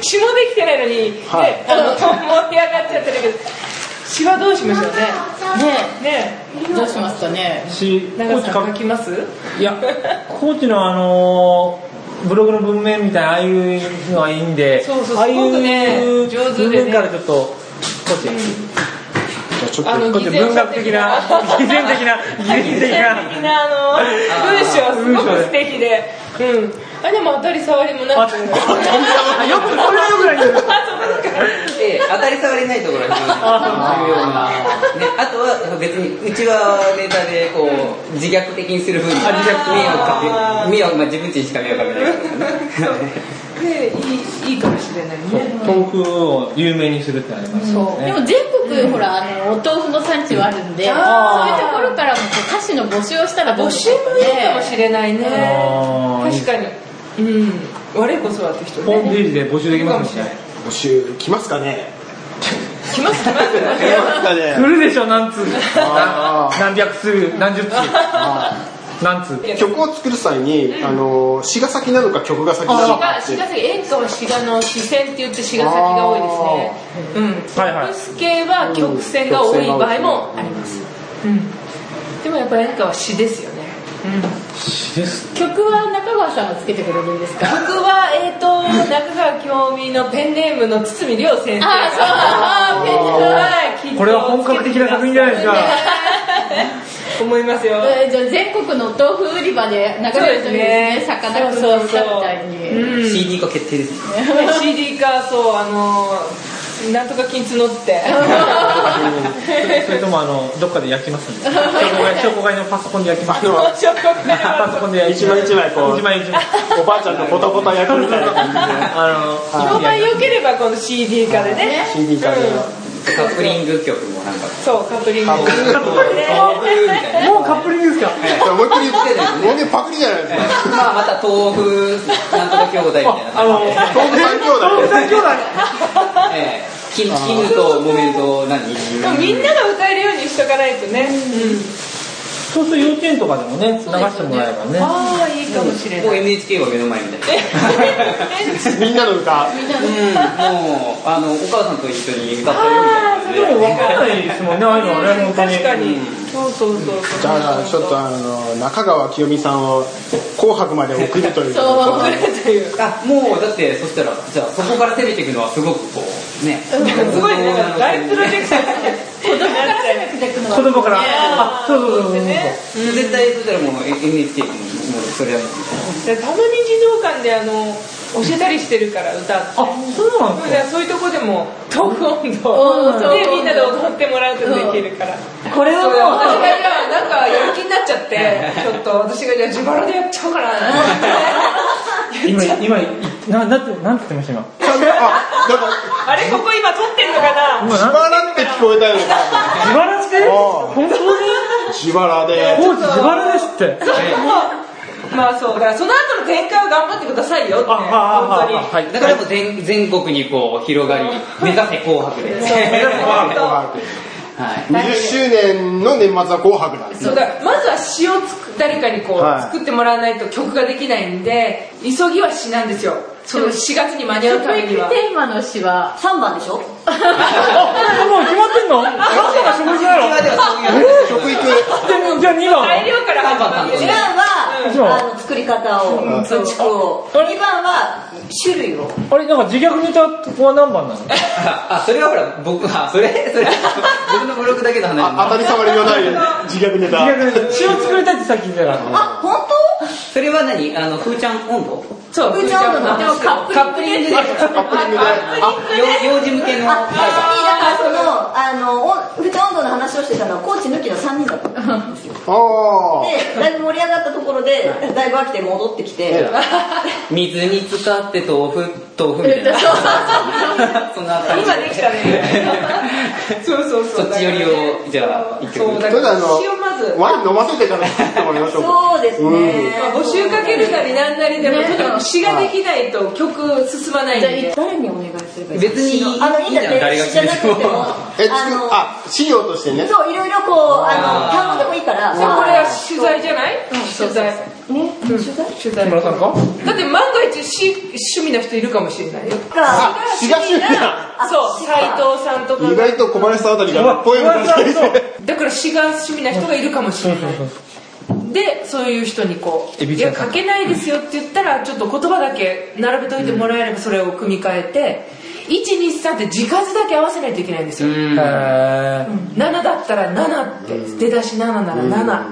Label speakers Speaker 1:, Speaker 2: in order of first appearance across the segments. Speaker 1: 血もできてないのに、
Speaker 2: はい
Speaker 1: ね、あの盛り上がっちゃってるけど血はどうしましょうねね
Speaker 3: どうしますかね
Speaker 2: し
Speaker 1: 長さん
Speaker 2: コー
Speaker 1: 書きます
Speaker 2: チい やコーチのあのブログの文面みたいなああいうのがいいんで
Speaker 1: そうそう
Speaker 2: ああい
Speaker 1: すごくね
Speaker 2: う
Speaker 1: 上手
Speaker 2: 文
Speaker 1: でね
Speaker 2: 面からちょっとコーチ、
Speaker 4: じゃあちょっ
Speaker 1: あの
Speaker 2: こ
Speaker 4: と
Speaker 2: うやって文学的な
Speaker 1: 偽
Speaker 2: 偽
Speaker 1: 善
Speaker 2: 善
Speaker 1: 的
Speaker 2: 的な偽善 的
Speaker 1: 的
Speaker 2: な
Speaker 1: なあの文章すごく素敵でうんあでも当たり障りもな
Speaker 2: あ
Speaker 1: く
Speaker 2: あよくこれはよくないんだけど
Speaker 5: ええ当たり障りないところが非常に重要な、ね、あとは別にうちはネタでこう自虐的にする分に
Speaker 2: あ自虐的
Speaker 5: 迷惑かけ迷惑、まあ、自分ちにしか迷惑かけないからね
Speaker 1: ねいいいいかもしれないね
Speaker 2: 豆腐を有名にするってありますよ
Speaker 3: で
Speaker 2: ね
Speaker 3: も全国、ほらあのお豆腐の産地はあるんでそういう
Speaker 1: あー
Speaker 3: ところからもこう歌詞の募集をしたらどう
Speaker 1: 募
Speaker 3: で
Speaker 1: 集
Speaker 3: しょうか
Speaker 1: もいいかもしれないね
Speaker 2: あー
Speaker 1: 確かにうん我こそはって人
Speaker 2: ホーム
Speaker 1: ね
Speaker 2: ページで募集できますもんね
Speaker 4: 募集来ますかね
Speaker 1: 来ます来ます
Speaker 4: 来ますか
Speaker 2: 来
Speaker 4: ね
Speaker 2: るでしょ何通
Speaker 4: あー
Speaker 2: 何百通何十通
Speaker 4: は
Speaker 2: 何通
Speaker 4: い曲を作る際にあの詩が先なのか曲が先なの
Speaker 1: 滋
Speaker 4: か
Speaker 1: 賀
Speaker 4: って
Speaker 1: 滋賀崎演歌は滋賀の四川って言って滋賀崎が多いですねうん
Speaker 2: はいはい
Speaker 1: サブス系は曲線が多い場合もありますうんでもやっぱ演歌は詩ですよね
Speaker 2: 詩です
Speaker 3: 曲は中川さんがつけてくれるんですか
Speaker 1: 僕はえっと中川京美のペンネームの堤亮先生
Speaker 3: あーそう
Speaker 1: はいきっと
Speaker 2: これは本格的な作品じゃないですか
Speaker 1: 思いますよ
Speaker 3: えーじゃあ全国のお豆腐売り場で流れるといいですねさかなクンの歌みたいに
Speaker 1: そうそうそううん
Speaker 5: CD 化決定ですね
Speaker 1: CD かそうあのなんとか金募 って
Speaker 2: それともあのどっかで焼きますんで商工会商工会のパソコンで焼きま
Speaker 4: あ
Speaker 2: す
Speaker 4: の
Speaker 1: 紹介
Speaker 2: パソコンで焼き
Speaker 4: 一枚一枚こう
Speaker 2: 一枚一枚
Speaker 4: おばあちゃんのポタポタ役みたいな感
Speaker 2: あの
Speaker 1: 評判良ければこの CD 化でね
Speaker 4: じで CD 化で
Speaker 5: カップリング曲もなんか
Speaker 1: そうカップリング
Speaker 4: カップリング
Speaker 1: ね
Speaker 2: もうカップリングですか
Speaker 4: 思いっきり言ってるもうねパクリじゃないですか
Speaker 5: まあまた豆腐なんとか兄弟みたいな
Speaker 2: あの
Speaker 5: 感じで
Speaker 4: 東武三兄
Speaker 2: 兄
Speaker 4: 弟
Speaker 2: 弟
Speaker 5: ええき絹と木綿と何
Speaker 1: でもみんなが歌えるようにしとかないとね
Speaker 2: そうすると幼稚園とかでもね流してもらえばね
Speaker 1: ああいいかもしれ
Speaker 5: も
Speaker 1: な
Speaker 5: う
Speaker 1: い
Speaker 5: NHK は目の前みたいな
Speaker 4: みんなの歌
Speaker 5: うん、もうあのお母さんと一緒に歌ってる
Speaker 2: で
Speaker 5: みたいな感
Speaker 2: も分かん
Speaker 5: じで
Speaker 2: ないですもんねああいうのはね本当に
Speaker 1: 確かにそうそうそうそう
Speaker 4: じゃあちょっとあの中川きよみさんを「紅白」まで送るという
Speaker 3: そう
Speaker 1: 遅れという
Speaker 5: あもうだってそしたらじゃあそこから攻めていくのはすごくこうね
Speaker 1: すごいねなんか大プロジェクション子供から
Speaker 3: 流れてくのは
Speaker 2: 子供から
Speaker 1: いやー
Speaker 2: あそうそうそうそうそう
Speaker 1: ね
Speaker 5: 絶対そしたらもう NHK もうそれはもう
Speaker 1: でたまに児童館であの教えたりしてるから歌って
Speaker 2: あそうなんです
Speaker 1: じゃあそういうとこでも豆腐温
Speaker 3: おー
Speaker 1: 度でみんなで踊ってもらうとできるから
Speaker 2: これは
Speaker 1: そ
Speaker 2: も
Speaker 1: う
Speaker 2: う
Speaker 1: 私がじゃあなんかやる気になっちゃってちょっと私がじゃあ自腹でやっちゃおうかな
Speaker 2: 今今いななんてなんて言ってました今
Speaker 4: ちゃんとあなんか
Speaker 1: あれここ今撮ってんのかな
Speaker 2: 今
Speaker 4: 自
Speaker 2: な
Speaker 4: 腹って聞こえたよね
Speaker 2: 自腹して
Speaker 4: あー
Speaker 2: 本当に
Speaker 4: 自腹で
Speaker 2: コーチ自腹ですって
Speaker 1: まあそうだからその後の展開を頑張ってくださいよって
Speaker 2: ああああ
Speaker 1: 本当に
Speaker 2: はい
Speaker 5: だからもう全全国にこう広がり目指せ紅白で
Speaker 4: 紅
Speaker 5: は
Speaker 4: 白
Speaker 5: い
Speaker 4: 20周年の年末は「紅白」なんです
Speaker 1: そうだまずは詩を作誰かにこう、
Speaker 4: はい
Speaker 1: 作ってもらわないと曲ができないんで急ぎは詩なんですよその4月に間に合うためには
Speaker 3: テーマの詩は3番でしょ
Speaker 2: あもう決まってんのラストが食事なの
Speaker 5: 今ではそういう
Speaker 4: 食育
Speaker 2: でもじゃあ2 番
Speaker 1: 材料から始まって
Speaker 6: 一
Speaker 1: ね
Speaker 6: 番
Speaker 2: そう
Speaker 6: は、あの作り方を、
Speaker 4: ん
Speaker 6: 貯蓄を。
Speaker 2: あれ
Speaker 6: 二番は、種類を。
Speaker 2: あれなんか自虐ネタは何番なの
Speaker 5: あそれはほら僕はそれそれ僕のブログだけの話
Speaker 4: あ当たり障りのない自虐ネタ
Speaker 2: 自虐ネタ詩を作りたいってさっき言ってたから
Speaker 6: あ、本
Speaker 5: それは何あのふーちゃん温度
Speaker 1: そう
Speaker 6: ふーちゃんの
Speaker 1: ふーちゃんの
Speaker 6: カ
Speaker 1: カップリングで
Speaker 4: カップリングであ
Speaker 5: よ幼児向けの
Speaker 6: 当あ、だからその、あの、おふた温度の話をしてたのは、コーチ抜きの3人だったんですよ。
Speaker 4: あー
Speaker 6: で、だいぶ盛り上がったところで、だいぶ飽きて戻ってきて、
Speaker 5: 水に浸かって豆腐豆腐みたい なそんな感じ
Speaker 1: 今できたね そうそうそう
Speaker 5: そっち寄りをじゃあ一曲
Speaker 1: そうだか
Speaker 4: それであ
Speaker 1: ら
Speaker 4: の
Speaker 1: 詩をまず
Speaker 4: ワイン飲ませてから作ってもらいましょうか
Speaker 6: そうですね。
Speaker 1: まあ募集かけるなりなんなりでも、とにかく詩ができないと曲進まないんで
Speaker 6: 誰にお願いすればいい
Speaker 5: 別にいい
Speaker 6: あの、いいんだっ
Speaker 5: じゃん誰
Speaker 6: て、
Speaker 5: が
Speaker 6: 詩じゃなくても、
Speaker 5: あ
Speaker 4: え作る
Speaker 6: あ
Speaker 4: あ資料として
Speaker 6: の、
Speaker 4: ね
Speaker 6: そう、いろいろこう、あの、単語でもいいから、
Speaker 1: これは取材じゃない取材
Speaker 6: ね、
Speaker 1: 取材取材
Speaker 2: 木村さんか
Speaker 1: だって万が一し趣味な人いるかもしれないよ
Speaker 6: か
Speaker 4: しがしな
Speaker 6: あ
Speaker 1: そう
Speaker 6: 詩
Speaker 1: 斎
Speaker 6: が
Speaker 1: 藤さんとかが
Speaker 4: 意外と小林さんあたりがポエム出
Speaker 2: さん
Speaker 4: して
Speaker 2: と
Speaker 1: だから詩が趣味な人がいるかもしれないでそういう人にこう「
Speaker 2: エビ
Speaker 1: い
Speaker 2: ちゃ
Speaker 1: や
Speaker 2: ん
Speaker 1: 書けないですよ」って言ったらちょっと言葉だけ並べといてもらえればそれを組み替えて123って字数だけ合わせないといけないんですよ
Speaker 5: うん
Speaker 2: へー
Speaker 1: 7だったら7って出だし7なら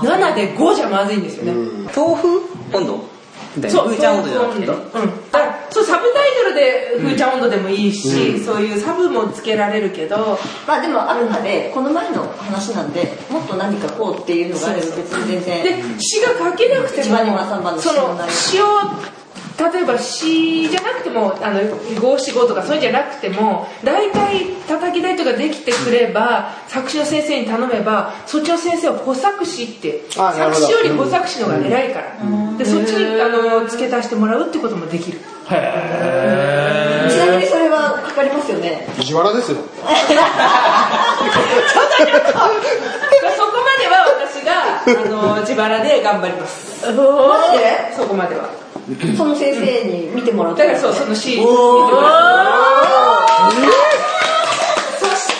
Speaker 1: 77で5じゃまずいんですよね
Speaker 5: 豆腐温度みたいな
Speaker 1: そう
Speaker 5: ふーちゃん温度じゃなくて
Speaker 1: そううんだからそうサブタイトルで「ふーちゃん温度」でもいいしそういうサブもつけられるけど
Speaker 6: まあでもあくまでこの前の話なんでもっと何かこうっていうのがあれば別に全然
Speaker 1: で詩が書けなくて
Speaker 6: 一
Speaker 1: も
Speaker 6: 番に村さんまの詩
Speaker 1: そ
Speaker 6: の内
Speaker 1: の
Speaker 6: 容
Speaker 1: 詩を例えば詩じゃなくてもあの五七五とかそういうんじゃなくても大体叩き台とかできてくれば、作詞の先生に頼めばそっちの先生は補作詞って
Speaker 4: あなる
Speaker 1: 作詞
Speaker 4: ほど
Speaker 1: より補作詞の方が偉いから、でそっちにあの付け足してもらうってこともできる
Speaker 6: ちなみにそれはかかりますよね
Speaker 4: 藤原ですよ
Speaker 1: だからそこまでは私があの自腹で頑張ります
Speaker 6: マジで
Speaker 1: そこまでは
Speaker 6: その先生に見てもらっ
Speaker 1: だ
Speaker 6: た
Speaker 1: からそうその詩見てもらってそして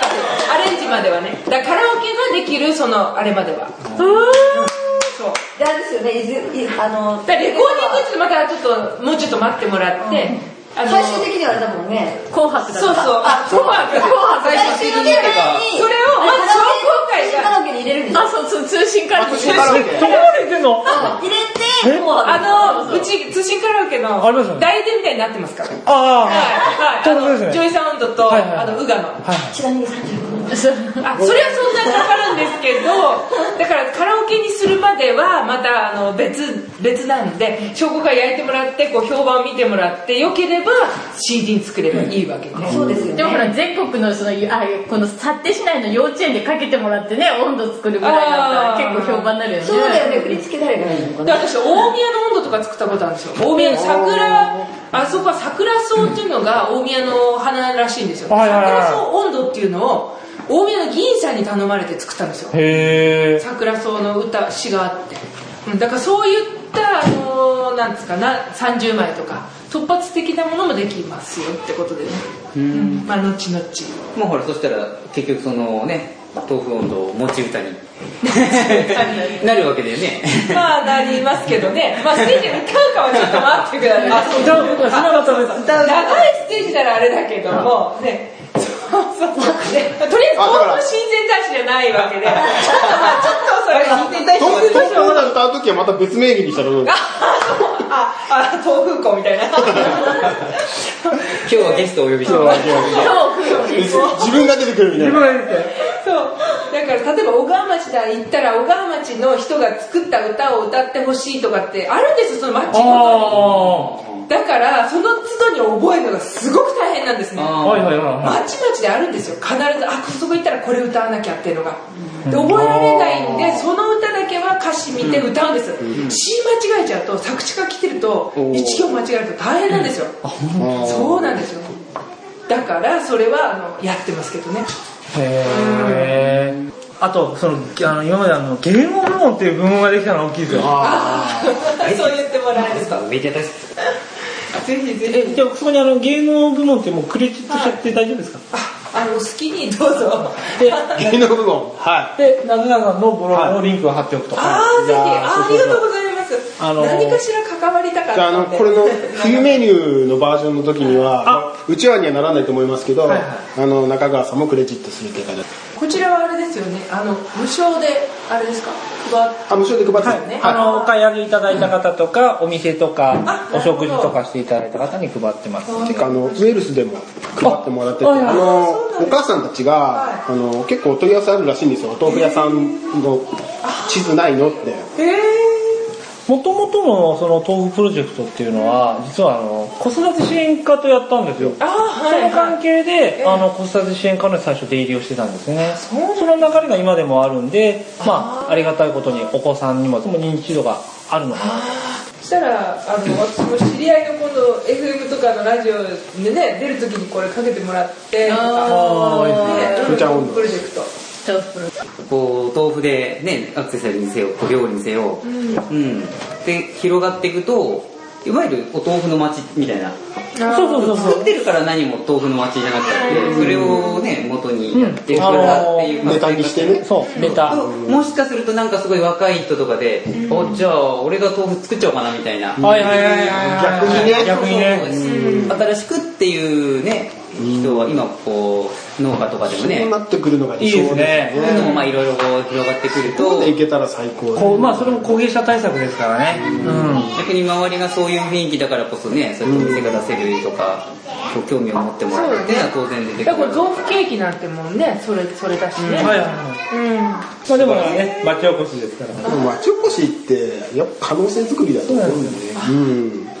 Speaker 1: あとアレンジまではねだからカラオケができるそのあれまではそう
Speaker 6: であれですよねいずいあの
Speaker 1: だからレコーディングってまたちょっともうちょっと待ってもらって、あの
Speaker 6: 最終的にはあれだもんね
Speaker 3: 紅白だ
Speaker 1: そうそうあ紅白紅白
Speaker 6: 最終的に
Speaker 1: それをまず
Speaker 6: 新カラオケに入れるんですよ
Speaker 3: あ、そうそう、通信から
Speaker 4: 通信カラオケ
Speaker 2: そこまで言ってんの
Speaker 6: 入れてもう
Speaker 1: あのうち通信カラオケ
Speaker 2: あります
Speaker 1: の
Speaker 2: よね
Speaker 1: 代理店みたいになってますからはい
Speaker 2: あ
Speaker 1: はい
Speaker 2: と
Speaker 1: あ
Speaker 2: いうことです
Speaker 1: の
Speaker 2: ね
Speaker 1: ジョイサウンドと
Speaker 2: はいはいはい
Speaker 1: あのウガの
Speaker 6: ちなみに35分
Speaker 1: あそれはそんなにかかるんですけどだからカラオケにするまではまたあの別別なんで証拠が焼いてもらってこう評判を見てもらってよければ CD に作ればいいわけで、
Speaker 6: そうですよ
Speaker 3: でもほ
Speaker 6: ね
Speaker 3: ら全国のそのあこの幸手市内の幼稚園でかけてもらってね温度作るぐらいだったら
Speaker 1: あー
Speaker 3: 結構評判になるよね
Speaker 6: そうだよね振り付け誰がいいのか
Speaker 1: で
Speaker 6: な
Speaker 1: 私大宮の温度とか作ったことあるんですよ大宮の桜あそこは桜草っていうのが大宮の花らしいんですよ
Speaker 2: はいはいはい
Speaker 1: 桜草温度っていうのを大宮の議員さんに頼まれて作ったんですよ
Speaker 2: あへえ
Speaker 1: 桜草の歌詩があってうんだからそういったあのなんですかな30枚とか突発的なものもできますよってことでね、うんまあ後々
Speaker 5: もうほらそしたら結局そのね豆腐温度を持ち歌になるわけだよね
Speaker 1: まあなりますけどねまあステージに歌うかはちょっと待ってくださいあそう
Speaker 2: 歌うことはしなかったです
Speaker 1: 長いステージならあれだけどもねそうそうそうねとりあえず
Speaker 4: あだから
Speaker 1: 東の親善大使じゃないわけでちょっとまあちょっとそれ聞いていたいと
Speaker 4: 豆
Speaker 1: 思
Speaker 4: 腐豆腐を歌う時はまた別名義にしたらどうですか
Speaker 1: ああ豆腐粉みた いな
Speaker 5: 今日はゲストをお呼びしてます
Speaker 4: 自分が出てくるみたいな
Speaker 1: そうだから例えば小川町だ行ったら小川町の人が作った歌を歌ってほしいとかってあるんですよその町ご
Speaker 2: あ
Speaker 1: とにだからその都度に覚えるのがすごく大変なんですね
Speaker 2: あ
Speaker 5: あ
Speaker 2: はい
Speaker 5: ー
Speaker 2: はいは
Speaker 1: まちまちであるんですよ必ずあそこ行ったらこれ歌わなきゃっていうのがで覚えられないんでその歌だけは歌詞見て歌うんです詩間違えちゃうと作詞家来てると一行間違えると大変なんですよそうなんですよだからそれはあのやってますけど ね
Speaker 2: いへえあとそのあの今まであのゲーム部門っていう部門ができたのは大きいですよ
Speaker 1: そう言ってもらえると
Speaker 5: めっちゃ確か
Speaker 1: ぜひぜひ
Speaker 2: えじゃあそこにあのゲーム部門ってもうクレジットしちゃって大丈夫ですか
Speaker 1: あの好きにどう ぞ
Speaker 2: で
Speaker 4: 芸能部門は
Speaker 2: でなずなさんのブログのリンクを貼っておくと
Speaker 1: ああぜひあありがとうございます、
Speaker 2: あのー
Speaker 1: 何かしら関わりたかっ
Speaker 4: いじゃあ
Speaker 1: た
Speaker 4: あ
Speaker 1: ん
Speaker 4: の
Speaker 1: で
Speaker 4: これの冬メニューのバージョンの時にはまあうちわにはならないと思いますけど
Speaker 2: はい
Speaker 4: あの中川さんもクレジットするって形で
Speaker 1: こちらはあれですよねあの無償であれですか配っ
Speaker 4: あ無償で配ってる
Speaker 1: ね
Speaker 2: あのお買い上げいただいた方とか、お店とか
Speaker 1: あ、
Speaker 2: お食事とかしていただいた方に配ってます。
Speaker 4: てかあのウェールスでも配ってもらってて
Speaker 2: あ
Speaker 4: あ
Speaker 2: はいはい
Speaker 4: の
Speaker 1: そうなん
Speaker 4: お
Speaker 1: です
Speaker 4: 母さんたちがあの結構お問い合わせあるらしいんですよお豆腐屋さんの地図ないのって
Speaker 1: てへえ
Speaker 2: もともとのその豆腐プロジェクトっていうのは、実はあの子育て支援課とやったんですよ。
Speaker 1: ああ
Speaker 2: そ
Speaker 1: はい、
Speaker 2: の
Speaker 1: は
Speaker 2: 関係で、あの子育て支援課の最初出入りをしてたんですね。その流れが今でもあるんで、まあありがたいことにお子さんにももう認知度があるのかな。
Speaker 1: い、したらあの私も知り合いの今度 FM とかのラジオでね出る時にこれかけてもらってとか
Speaker 3: あ
Speaker 1: ね
Speaker 4: ふーちゃん温度
Speaker 1: プロジェクト
Speaker 3: ー豆腐
Speaker 5: こう、豆腐でね、アクセサリーにせよ、小料理にせよ、うん。で、広がっていくと、いわゆるお豆腐の街みたいな。
Speaker 2: そうそうそうそ
Speaker 5: 作っ
Speaker 2: う
Speaker 5: てるから何も豆腐の街じゃなくて、それをね、元にやってるからっていう、
Speaker 4: うんネタにしてね
Speaker 2: そうネタ
Speaker 5: もしかするとなんかすごい若い人とかで、おじゃあ俺が豆腐作っちゃおうかなみたいな、
Speaker 2: はいはいはいはい
Speaker 4: 逆にね
Speaker 2: 逆に
Speaker 5: そう
Speaker 2: ね
Speaker 5: そう新しくっていうね人は今こう農家とかでも
Speaker 4: そ
Speaker 5: ね
Speaker 4: うなってくるのが理想ですね
Speaker 2: いい
Speaker 5: そういうのもまあいろいろこう広がってくる
Speaker 4: ことでいけたら最高だね
Speaker 2: こうまあそれも工芸者対策ですからねうん
Speaker 5: 逆に周りがそういう雰囲気だからこそねそういうお店が出せるとかこう興味を持ってもらえるっていうのは当然出てく
Speaker 1: だか
Speaker 5: る
Speaker 1: ら豆腐ケーキなんてもんねそれそれだしね、
Speaker 2: はいはいはいまあでもね町おこしですから
Speaker 4: でも町おこしってやっぱ可能性作りだと思うんでねうん